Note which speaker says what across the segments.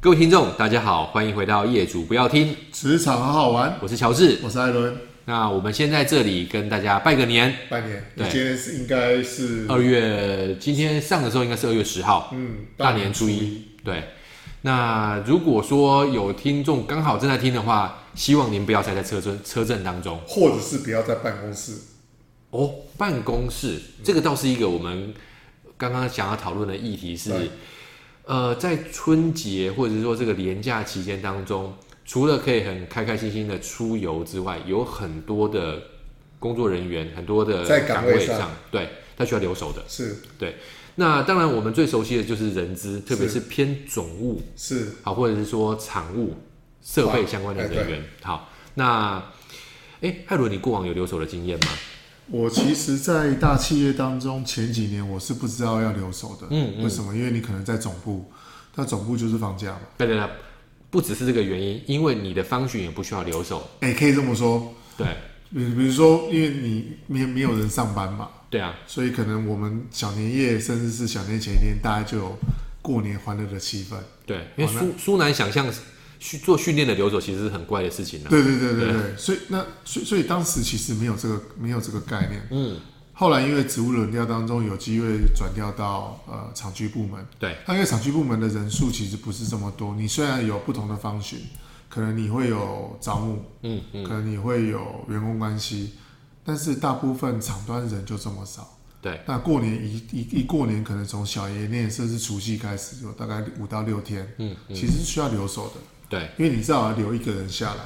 Speaker 1: 各位听众，大家好，欢迎回到《业主不要听》，
Speaker 2: 职场好好玩，
Speaker 1: 我是乔治。
Speaker 2: 我是艾伦。
Speaker 1: 那我们先在这里跟大家拜个年。
Speaker 2: 拜年，
Speaker 1: 对
Speaker 2: 你今天是应该是
Speaker 1: 二月今天上的时候应该是二月十号，
Speaker 2: 嗯
Speaker 1: 大年初一。对，那如果说有听众刚好正在听的话，希望您不要塞在车阵车阵当中
Speaker 2: 或者是不要在办公室。
Speaker 1: 哦。办公室
Speaker 2: 嗯
Speaker 1: 这个倒是一个我们刚刚想要讨论的议题是
Speaker 2: 对，
Speaker 1: 呃，在春节或者是说这个年假期间当中，除了可以很开开心心的出游之外，有很多的工作人员，很多的
Speaker 2: 在
Speaker 1: 岗
Speaker 2: 岗
Speaker 1: 位
Speaker 2: 位上
Speaker 1: 对，他需要留守的。
Speaker 2: 是
Speaker 1: 那当然，我们最熟悉的就是人资，特别是偏总务
Speaker 2: 是，
Speaker 1: 好，或者是说产务、设备相
Speaker 2: 哎
Speaker 1: 关的人员。好，那哎，艾伦，你过往有留守的经验吗？
Speaker 2: 我其实，在大企业当中，前几年我是不知道要留守的。
Speaker 1: 嗯
Speaker 2: 为什么？因为你可能在总部，那总部就是放假嘛。
Speaker 1: 对对对，不只是这个原因，因为你的方寻也不需要留守。
Speaker 2: 哎，可以这么说。
Speaker 1: 对
Speaker 2: 比比如说，因为你没没有人上班嘛，
Speaker 1: 对啊，
Speaker 2: 所以可能我们小年夜，甚至是小年前一天，大家就有过年欢乐的气氛。
Speaker 1: 对，哦因为苏苏南想象训做训练的留守其实是很怪的事情啊。
Speaker 2: 对对对对对，所以那所以所以当时其实没有这个没有这个概念。
Speaker 1: 嗯，
Speaker 2: 后来因为职务轮调当中有机会转调到呃厂区部门，
Speaker 1: 对，
Speaker 2: 那因为厂区部门的人数其实不是这么多，你虽然有不同的方寻，可能你会有招募，
Speaker 1: 嗯嗯，
Speaker 2: 可能你会有员工关系，但是大部分厂端人就这么少。
Speaker 1: 对，
Speaker 2: 那过年一一一过年，可能从小爷年甚至除夕开始，有大概五到六天，
Speaker 1: 嗯
Speaker 2: 其实是需要留守的。
Speaker 1: 对，
Speaker 2: 因为你至少要留一个人下来。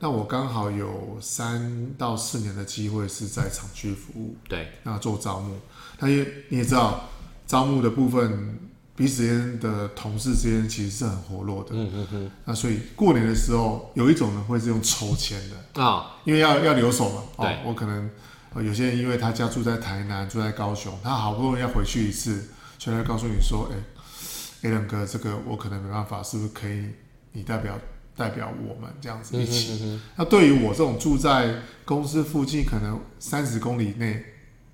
Speaker 2: 那我刚好有三到四年的机会是在厂区服务，
Speaker 1: 对，
Speaker 2: 那做招募。那因为你也知道，招募的部分彼此间的同事之间其实是很活络的。
Speaker 1: 嗯嗯嗯，
Speaker 2: 那所以过年的时候，有一种人会是用抽签的，
Speaker 1: 啊、
Speaker 2: 因为要要留守嘛。哦
Speaker 1: 对，
Speaker 2: 我可能、呃有些人因为他家住在台南，住在高雄，他好不容易要回去一次，所以他告诉你说：“哎、a l a n 哥，这个我可能没办法，是不是可以你代表代表我们这样
Speaker 1: 嗯
Speaker 2: 子一起？”那对于我这种住在公司附近可能三十公里内，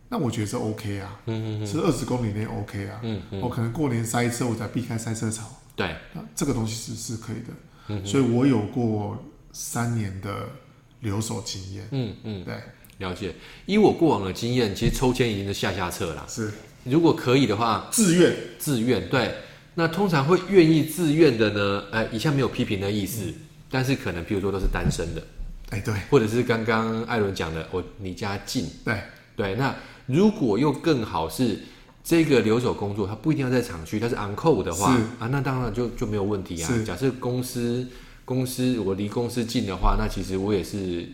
Speaker 2: 那我觉得是 OK 啊，
Speaker 1: 嗯嗯
Speaker 2: 是二十公里内 OK 啊。
Speaker 1: 嗯嗯，
Speaker 2: 我可能过年塞车，我才避开塞车潮。
Speaker 1: 对，
Speaker 2: 那这个东西是是可以的，
Speaker 1: 嗯
Speaker 2: 所以我有过三年的留守经验，
Speaker 1: 嗯嗯，
Speaker 2: 对，
Speaker 1: 了解。以我过往的经验，其实抽签已经是下下策啦。
Speaker 2: 是
Speaker 1: 如果可以的话，
Speaker 2: 自愿，
Speaker 1: 自愿对。那通常会愿意自愿的呢，呃，以下没有批评的意思，但是可能譬如说都是单身的，
Speaker 2: 哎，对
Speaker 1: 或者是刚刚艾伦讲的，我、离家近，
Speaker 2: 对，
Speaker 1: 对。那如果又更好是这个留守工作，他不一定要在厂区，他是 on call 的话
Speaker 2: 是
Speaker 1: 啊，那当然就就没有问题啊
Speaker 2: 是。
Speaker 1: 假设公司公司我离公司近的话，那其实我也是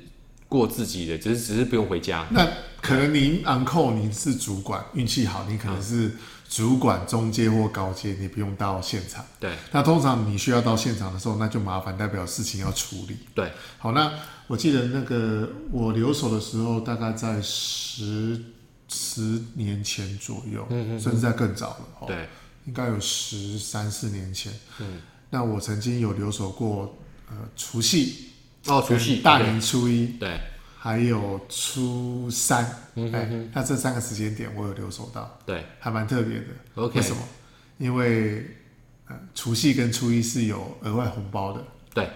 Speaker 1: 过自己的，只是只是不用回家，
Speaker 2: 那可能您 on call 您是主管，运气好，你可
Speaker 1: 嗯
Speaker 2: 能是主管中阶或高阶，你不用到现场。
Speaker 1: 对
Speaker 2: 那通常你需要到现场的时候，那就麻烦，代表事情要处理。
Speaker 1: 对，
Speaker 2: 好，那我记得那个我留守的时候，大概在十十年前左右，
Speaker 1: 嗯
Speaker 2: 甚至在更早了。哦
Speaker 1: 对，
Speaker 2: 应该有十三四年前。嗯，那我曾经有留守过，呃，除夕、
Speaker 1: 哦，除夕
Speaker 2: 跟大，年初一，
Speaker 1: 对对
Speaker 2: 还有初三。嗯那这三个时间点我有留守到，
Speaker 1: 对
Speaker 2: 还蛮特别的。
Speaker 1: ，OK，
Speaker 2: 为什么？因为呃，除夕跟初一是有额外红包的，
Speaker 1: 对，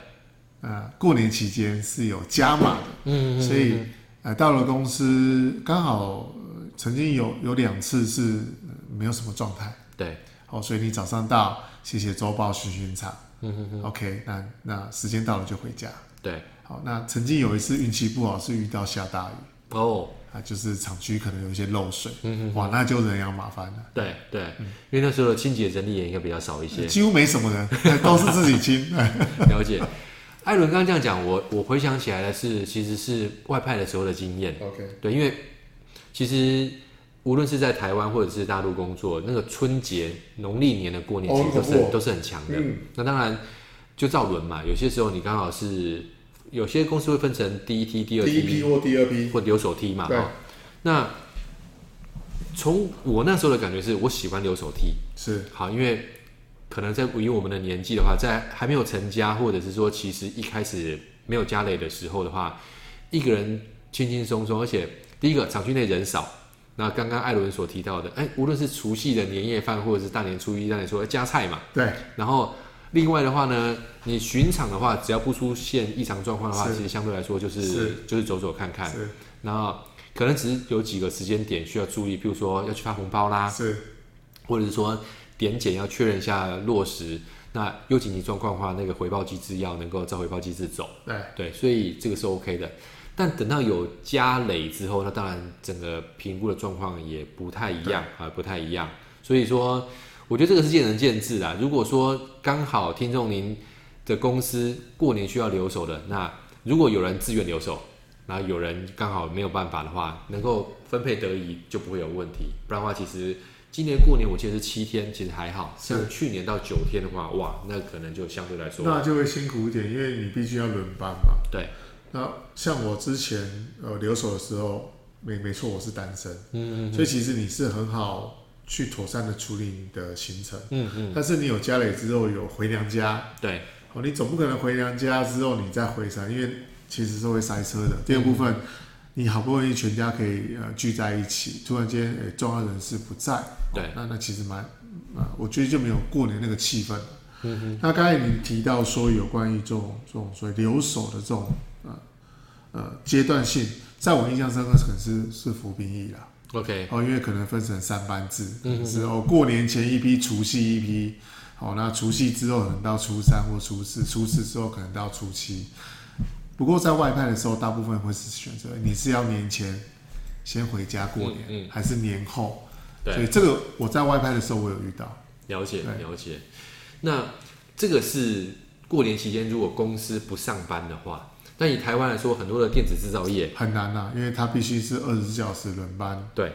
Speaker 2: 呃，过年期间是有加码的。
Speaker 1: 嗯，嗯
Speaker 2: 所以呃，到了公司刚好、呃曾经有有两次是、呃没有什么状态，
Speaker 1: 对
Speaker 2: 哦，所以你早上到写写周报、巡巡场，
Speaker 1: 嗯
Speaker 2: 嗯嗯，OK，那那时间到了就回家。
Speaker 1: 对，
Speaker 2: 好，那曾经有一次运气不好是遇到下大雨
Speaker 1: 哦。
Speaker 2: 啊，就是厂区可能有一些漏水，
Speaker 1: 嗯
Speaker 2: 哇，那就人仰马翻了。
Speaker 1: 对对，
Speaker 2: 嗯
Speaker 1: 因为那时候的清洁人力也应该比较少一些。
Speaker 2: 几乎没什 么人，都是自己清。
Speaker 1: 了解，艾伦刚刚这样讲，我我回想起来的是，其实是外派的时候的经验。
Speaker 2: OK，
Speaker 1: 对，因为其实无论是在台湾或者是大陆工作，那个春节农历年的过年
Speaker 2: 哦
Speaker 1: 其实都是、
Speaker 2: 很恐怖
Speaker 1: 都是很强的。
Speaker 2: 嗯
Speaker 1: 那当然就照轮嘛，有些时候你刚好是有些公司会分成第一梯、第二梯、
Speaker 2: 或第二批，
Speaker 1: 或留守梯嘛。
Speaker 2: 对
Speaker 1: 哦那从我那时候的感觉是，我喜欢留守梯。
Speaker 2: 是
Speaker 1: 好，因为可能在以我们的年纪的话，在还没有成家，或者是说其实一开始没有家累的时候的话，一个人轻轻松松，而且第一个厂区内人少。那刚刚艾伦所提到的，哎，无论是除夕的年夜饭，或者是大年初一，让你说加菜嘛，
Speaker 2: 对，
Speaker 1: 然后另外的话呢，你巡场的话，只要不出现异常状况的话，
Speaker 2: 是
Speaker 1: 其实相对来说就是
Speaker 2: 是
Speaker 1: 就是走走看看。
Speaker 2: 是
Speaker 1: 那可能只是有几个时间点需要注意，比如说要去发红包啦，
Speaker 2: 是
Speaker 1: 或者是说点检要确认一下落实。那有紧急状况的话，那个回报机制要能够照回报机制走。
Speaker 2: 对
Speaker 1: 对，所以这个是 OK 的。但等到有加累之后，那当然整个评估的状况也不太一样啊，不太一样。所以说，我觉得这个是见仁见智啦。如果说刚好听众您的公司过年需要留守的，那如果有人自愿留守，然后有人刚好没有办法的话，能够分配得宜就不会有问题。不然的话，其实今年过年我记得是七天，其实还好
Speaker 2: 是
Speaker 1: 像去年到九天的话，哇，那可能就相对来说，
Speaker 2: 那就会辛苦一点，因为你毕竟要轮班嘛。
Speaker 1: 对，
Speaker 2: 那像我之前呃留守的时候，没没错，我是单身，
Speaker 1: 嗯嗯
Speaker 2: 所以其实你是很好去妥善的处理你的行程。
Speaker 1: 嗯嗯，
Speaker 2: 但是你有家累之后有回娘家，
Speaker 1: 对，
Speaker 2: 哦，你总不可能回娘家之后你再回山，因为其实是会塞车的。
Speaker 1: 嗯
Speaker 2: 第二部分，你好不容易全家可以呃聚在一起，突然间诶重要人士不在，哦
Speaker 1: 对
Speaker 2: 那那其实蛮，啊，我觉得就没有过年那个气氛。
Speaker 1: 嗯嗯。
Speaker 2: 那刚才你提到说有关于这种这种所谓留守的这种呃呃阶段性，在我印象深刻可能是是服兵役啦，
Speaker 1: OK，
Speaker 2: 哦，因为可能分成三班制，
Speaker 1: 嗯
Speaker 2: 是哦，过年前一批，除夕一批，好、那除夕之后可能到初三或初四，初四之后可能到初七。不过在外派的时候，大部分会是选择你是要年前先回家过年，
Speaker 1: 嗯嗯
Speaker 2: 还是年后？所
Speaker 1: 对，
Speaker 2: 以这个我在外派的时候我有遇到，
Speaker 1: 了解
Speaker 2: 对
Speaker 1: 了解。那这个是过年期间，如果公司不上班的话，那以台湾来说，很多的电子制造业，
Speaker 2: 很难啊，因为他必须是二十四小时轮班，
Speaker 1: 对，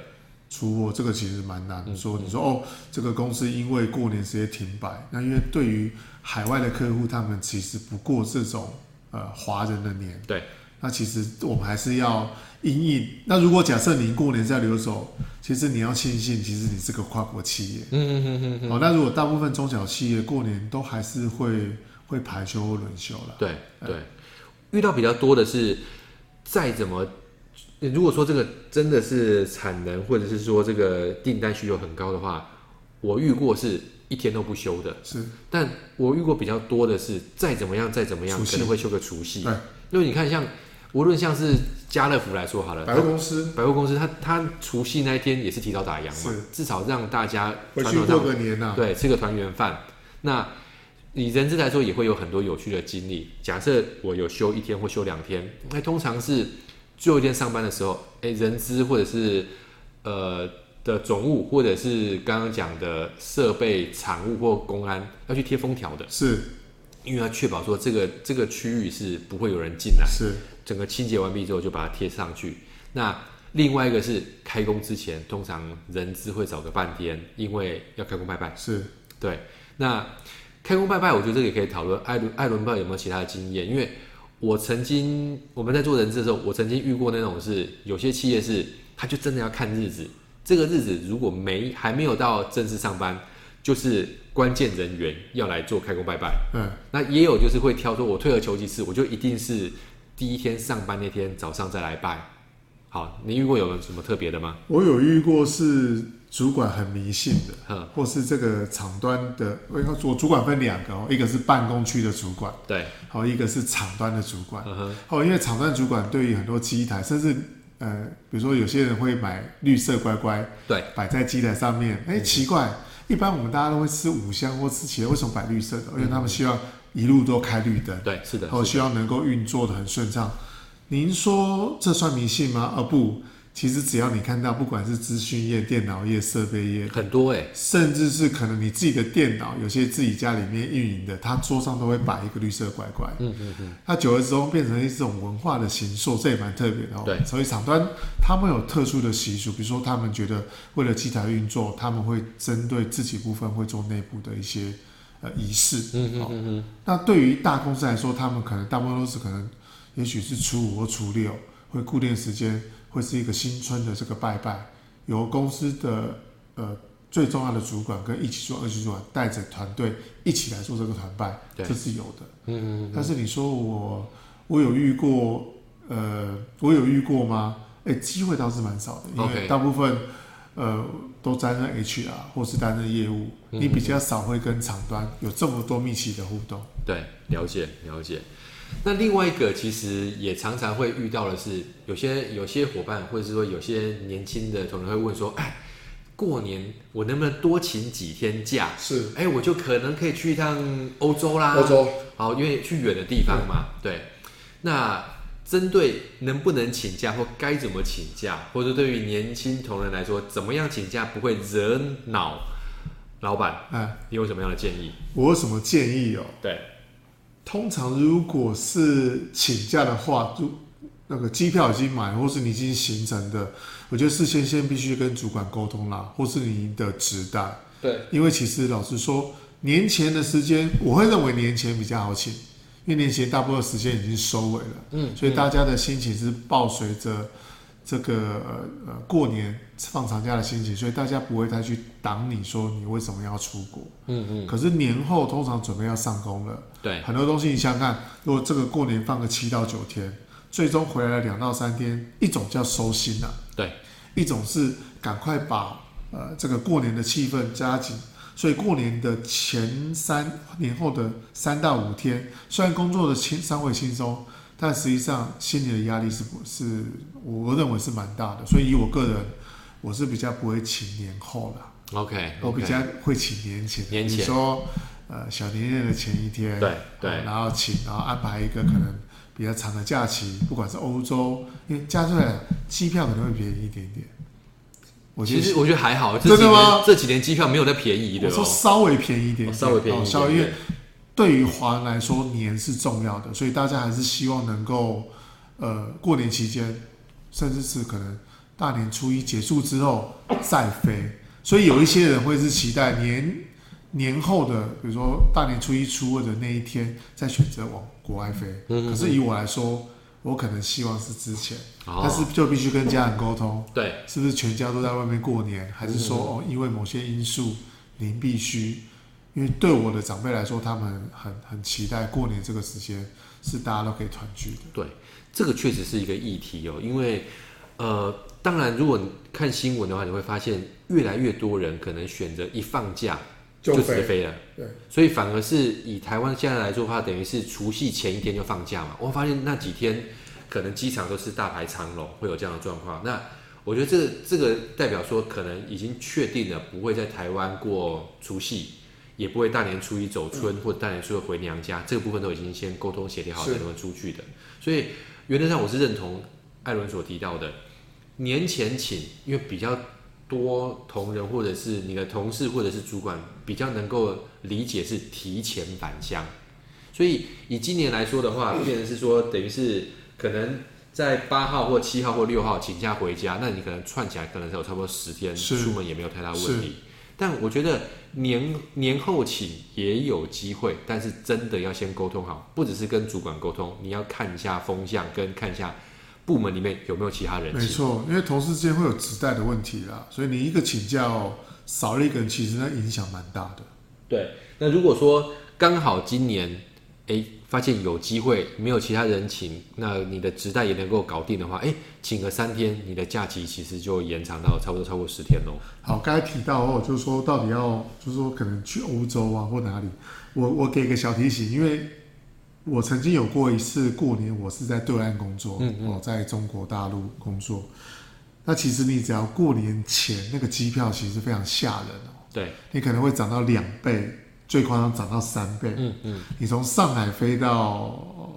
Speaker 2: 出货，这个其实蛮难
Speaker 1: 嗯
Speaker 2: 说。你说哦，这个公司因为过年时间停摆，那因为对于海外的客户，他们其实不过这种呃华人的年，
Speaker 1: 对，
Speaker 2: 那其实我们还是要因应。那如果假设你过年在留守，其实你要庆幸，其实你是个跨国企业。
Speaker 1: 嗯嗯嗯嗯
Speaker 2: 哦，那如果大部分中小企业过年都还是会会排休或轮休
Speaker 1: 嗯
Speaker 2: 了，，
Speaker 1: 对对。遇到比较多的是，再怎么，如果说这个真的是产能或者是说这个订单需求很高的话，我遇过是一天都不休的。
Speaker 2: 是
Speaker 1: 但我遇过比较多的是，再怎么样再怎么样，
Speaker 2: 除夕
Speaker 1: 可能会休个除夕
Speaker 2: 对。
Speaker 1: 因为你看像，无论像是家乐福来说好了，
Speaker 2: 百货公司
Speaker 1: 百货公司它它除夕那一天也是提早打烊嘛
Speaker 2: 是，
Speaker 1: 至少让大家
Speaker 2: 回
Speaker 1: 传
Speaker 2: 去
Speaker 1: 统
Speaker 2: 过
Speaker 1: 上
Speaker 2: 个年呐、啊
Speaker 1: 对吃个团圆饭。那以人资来说，也会有很多有趣的经历。假设我有休一天或休两天，那通常是最后一天上班的时候，哎，人资或者是呃的总务，或者是刚刚讲的设备、产务或公安要去贴封条的，
Speaker 2: 是
Speaker 1: 因为要确保说这个这个区域是不会有人进来。
Speaker 2: 是
Speaker 1: 整个清洁完毕之后就把它贴上去。那另外一个是开工之前，通常人资会找个半天，因为要开工拜拜。
Speaker 2: 是
Speaker 1: 对，那开工拜拜，我觉得这个也可以讨论。艾伦艾伦不知道有没有其他的经验，因为我曾经我们在做人资的时候，我曾经遇过那种是有些企业是他就真的要看日子，这个日子如果没还没有到正式上班，就是关键人员要来做开工拜拜。
Speaker 2: 嗯
Speaker 1: 那也有就是会挑说，我退而求其次，我就一定是第一天上班那天早上再来拜。好，你遇过有什么特别的吗？
Speaker 2: 我有遇过是主管很迷信的，
Speaker 1: 嗯，
Speaker 2: 或是这个厂端的，我要我主管分两个哦，一个是办公区的主管，
Speaker 1: 对，
Speaker 2: 好，一个是厂端的主管。
Speaker 1: 嗯哼，
Speaker 2: 哦，因为厂端主管对于很多机台，甚至呃，比如说有些人会买绿色乖乖
Speaker 1: 对，
Speaker 2: 摆在机台上面，哎、奇怪，一般我们大家都会吃五香或吃茄，为什么摆绿色的？因为他们希望一路都开绿灯。
Speaker 1: 对，是的，
Speaker 2: 哦，
Speaker 1: 是
Speaker 2: 希望能够运作的很顺畅。您说这算迷信吗？啊不，其实只要你看到，不管是资讯业、电脑业、设备业
Speaker 1: 的，很多哎、
Speaker 2: 甚至是可能你自己的电脑，有些自己家里面运营的，它桌上都会摆一个绿色乖乖。
Speaker 1: 嗯嗯嗯，
Speaker 2: 它久而久之变成一种文化的形塑，这也蛮特别的哦。
Speaker 1: 对
Speaker 2: 所以厂端他们有特殊的习俗，比如说他们觉得为了机台运作，他们会针对自己部分会做内部的一些呃仪式。
Speaker 1: 嗯
Speaker 2: 哦
Speaker 1: 嗯嗯
Speaker 2: 那对于大公司来说，他们可能大部分都是可能，也许是初五或初六会固定时间，会是一个新春的这个拜拜，由公司的呃最重要的主管跟一起做二级主管带着团队一起来做这个团拜，
Speaker 1: 对
Speaker 2: 这是有的。
Speaker 1: 嗯嗯
Speaker 2: 但是你说我我有遇呃过，呃，我有遇过吗？哎、机会倒是蛮少的，因
Speaker 1: OK
Speaker 2: 为大部分呃都担任 HR 或是担任业务，
Speaker 1: 嗯
Speaker 2: 你比较少会跟厂端有这么多密集的互动。
Speaker 1: 对，了解了解。那另外一个其实也常常会遇到的是，有些有些伙伴或者是说有些年轻的同仁会问说，哎，过年我能不能多请几天假？
Speaker 2: 是
Speaker 1: 哎，我就可能可以去一趟欧洲啦，
Speaker 2: 欧洲
Speaker 1: 好，因为去远的地方嘛，对。那针对能不能请假或该怎么请假，或者对于年轻同仁来说，怎么样请假不会惹恼老板，
Speaker 2: 哎，
Speaker 1: 你有什么样的建议？
Speaker 2: 我有什么建议哦？
Speaker 1: 对，
Speaker 2: 通常如果是请假的话，如那个机票已经买，或是你已经行程的，我觉得事先先必须跟主管沟通啦，或是你的职代，
Speaker 1: 对，
Speaker 2: 因为其实老实说，年前的时间，我会认为年前比较好请，因为年前大部分时间已经收尾了，
Speaker 1: 嗯，
Speaker 2: 所以大家的心情是伴随着这个呃呃过年放长假的心情，所以大家不会再去挡你说你为什么要出国。
Speaker 1: 嗯嗯，
Speaker 2: 可是年后通常准备要上工了。
Speaker 1: 对，
Speaker 2: 很多东西你想想看，如果这个过年放个七到九天，最终回来了两到三天，一种叫收心啊，
Speaker 1: 对，
Speaker 2: 一种是赶快把呃这个过年的气氛加紧。所以过年的前三年后的三到五天，虽然工作的轻稍微轻松，但实际上心理的压力是不是我认为是蛮大的。所以以我个人，我是比较不会请年后啦，
Speaker 1: OK，
Speaker 2: 我哦比较会请年前。
Speaker 1: 年
Speaker 2: 你
Speaker 1: 前
Speaker 2: 说呃小年夜的前一天，
Speaker 1: 对
Speaker 2: 好
Speaker 1: 对，
Speaker 2: 然后请，然后安排一个可能比较长的假期，不管是欧洲，因为加出来机票可能会便宜一点点。我觉
Speaker 1: 其
Speaker 2: 得
Speaker 1: 实我觉得还好，这
Speaker 2: 真的
Speaker 1: 几年
Speaker 2: 吗
Speaker 1: 这几年机票没有那便宜的
Speaker 2: 我说
Speaker 1: 哦，
Speaker 2: 稍微便宜一点点，
Speaker 1: 哦稍微便宜
Speaker 2: 哦
Speaker 1: 一
Speaker 2: 稍微
Speaker 1: 点
Speaker 2: 因为
Speaker 1: 点，
Speaker 2: 对于华人来说，年是重要的，所以大家还是希望能够，呃，过年期间，甚至是可能大年初一结束之后再飞。所以有一些人会是期待年年后的，比如说大年初一、初二的那一天再选择往国外飞。
Speaker 1: 嗯嗯
Speaker 2: 可是以我来说，我可能希望是之前，但
Speaker 1: 哦，
Speaker 2: 是就必须跟家人沟通。
Speaker 1: 对，
Speaker 2: 是不是全家都在外面过年，还是
Speaker 1: 嗯
Speaker 2: 说哦，因为某些因素您必须？因为对我的长辈来说，他们很很期待过年这个时间是大家都可以团聚的。
Speaker 1: 这个确实是一个议题哦，因为呃，当然如果你看新闻的话，你会发现越来越多人可能选择一放假就直接飞了，
Speaker 2: 对，
Speaker 1: 所以反而是以台湾现在来说的话，等于是除夕前一天就放假嘛，我发现那几天可能机场都是大排长龙，会有这样的状况。那我觉得这个这个代表说，可能已经确定了不会在台湾过除夕，也不会大年初一走春、或者大年初二回娘家，这个部分都已经先沟通协调好才
Speaker 2: 是
Speaker 1: 能够出去的。所以原则上我是认同艾伦所提到的，年前请，因为比较多同仁或者是你的同事或者是主管比较能够理解是提前返乡，所以以今年来说的话，变成是说等于是可能在八号或七号或六号请假回家，那你可能串起来可能有差不多十天，
Speaker 2: 是
Speaker 1: 出门也没有太大问题。但我觉得年年后请也有机会，但是真的要先沟通好，不只是跟主管沟通，你要看一下风向，跟看一下部门里面有没有其他人
Speaker 2: 没
Speaker 1: 请。
Speaker 2: 错，因为同事之间会有职代的问题啦，所以你一个请假哦，少了一个人，其实那影响蛮大的。
Speaker 1: 对，那如果说刚好今年，哎，发现有机会没有其他人请，那你的职代也能够搞定的话，哎，请个三天，你的假期其实就延长到差不多超过十天喽。
Speaker 2: 好，刚才提到哦，就是说到底要，就是说可能去欧洲啊或哪里，我我给个小提醒，因为我曾经有过一次过年，我是在对岸工作，
Speaker 1: 嗯
Speaker 2: 哦，在中国大陆工作。那其实你只要过年前那个机票其实非常吓人哦，
Speaker 1: 对，
Speaker 2: 你可能会涨到两倍，最夸张涨到三倍。
Speaker 1: 嗯嗯，
Speaker 2: 你从上海飞到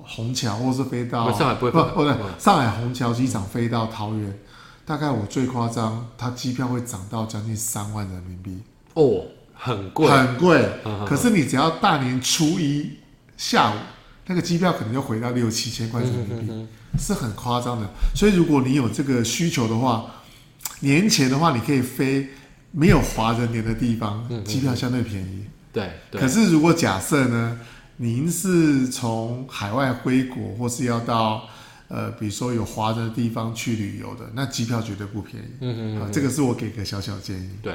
Speaker 2: 虹桥，或是飞到
Speaker 1: 不上海不会
Speaker 2: 不
Speaker 1: 飞
Speaker 2: 哦
Speaker 1: 不会
Speaker 2: 对，上海虹桥机场飞到桃园，大概我最夸张，它机票会涨到将近三万人民币，
Speaker 1: 哦，很贵，
Speaker 2: 很贵。
Speaker 1: 嗯嗯
Speaker 2: 可是你只要大年初一下午，那个机票可能就回到六七千块人
Speaker 1: 嗯
Speaker 2: 民币，是很夸张的。所以如果你有这个需求的话，年前的话你可以飞没有华人年的地方，
Speaker 1: 嗯
Speaker 2: 机票相对便宜。
Speaker 1: 对对
Speaker 2: 可，是如果假设呢，您是从海外归国，或是要到呃，比如说有华人的地方去旅游的，那机票绝对不便宜。
Speaker 1: 嗯嗯
Speaker 2: 啊、这个是我给个小小建议。
Speaker 1: 对，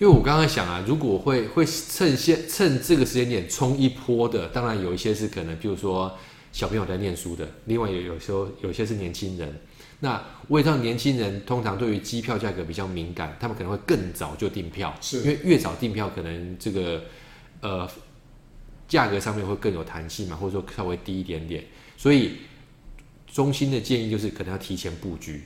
Speaker 1: 因为我刚刚想啊，如果会会趁现趁这个时间点冲一波的，当然有一些是可能，比如说小朋友在念书的，另外有有时候有些是年轻人，那我也知道年轻人通常对于机票价格比较敏感，他们可能会更早就订票，
Speaker 2: 是
Speaker 1: 因为越早订票，可能这个呃价格上面会更有弹性嘛，或者说稍微低一点点。所以中心的建议就是可能要提前布局，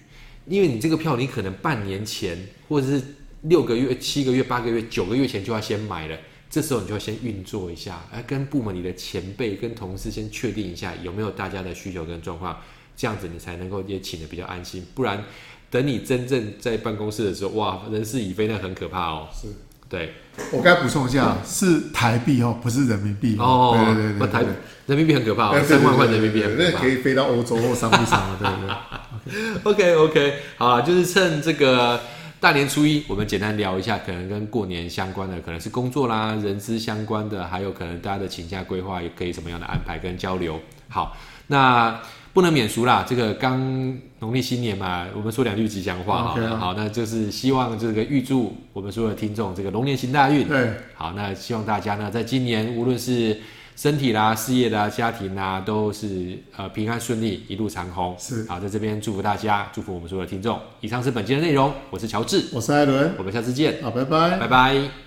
Speaker 1: 因为你这个票你可能半年前或者是六个月、七个月、八个月、九个月前就要先买了。这时候你就要先运作一下，哎，跟部门里的前辈、跟同事先确定一下有没有大家的需求跟状况，这样子你才能够也请的比较安心。不然，等你真正在办公室的时候，哇，人事已非，那很可怕哦。
Speaker 2: 是
Speaker 1: 对，
Speaker 2: 我该补充一下，是台币哦，不是人民币
Speaker 1: 哦，
Speaker 2: 对对对
Speaker 1: 不
Speaker 2: 对，
Speaker 1: 台人民币很可怕哦，
Speaker 2: 哎对对
Speaker 1: 三万块人民币啊
Speaker 2: 对
Speaker 1: 很
Speaker 2: 对对
Speaker 1: 可
Speaker 2: 那
Speaker 1: 怕
Speaker 2: 可。以飞到欧洲或商务舱了，对不对？
Speaker 1: OK OK，好啦，就是趁这个大年初一，我们简单聊一下，可能跟过年相关的，可能是工作啦、人资相关的，还有可能大家的请假规划，也可以什么样的安排跟交流。好，那不能免俗啦，这个刚农历新年嘛，我们说两句吉祥话好了
Speaker 2: OK 啊
Speaker 1: 好，那就是希望这个预祝我们所有的听众这个龙年行大运。
Speaker 2: 对，
Speaker 1: 好，那希望大家呢，在今年无论是身体啦、事业啦、家庭啦，都是呃平安顺利，一路长虹。
Speaker 2: 是
Speaker 1: 好，在这边祝福大家，祝福我们所有的听众。以上是本期的内容，我是乔治，
Speaker 2: 我是艾伦，
Speaker 1: 我们下次见，
Speaker 2: 好，拜拜。
Speaker 1: 拜拜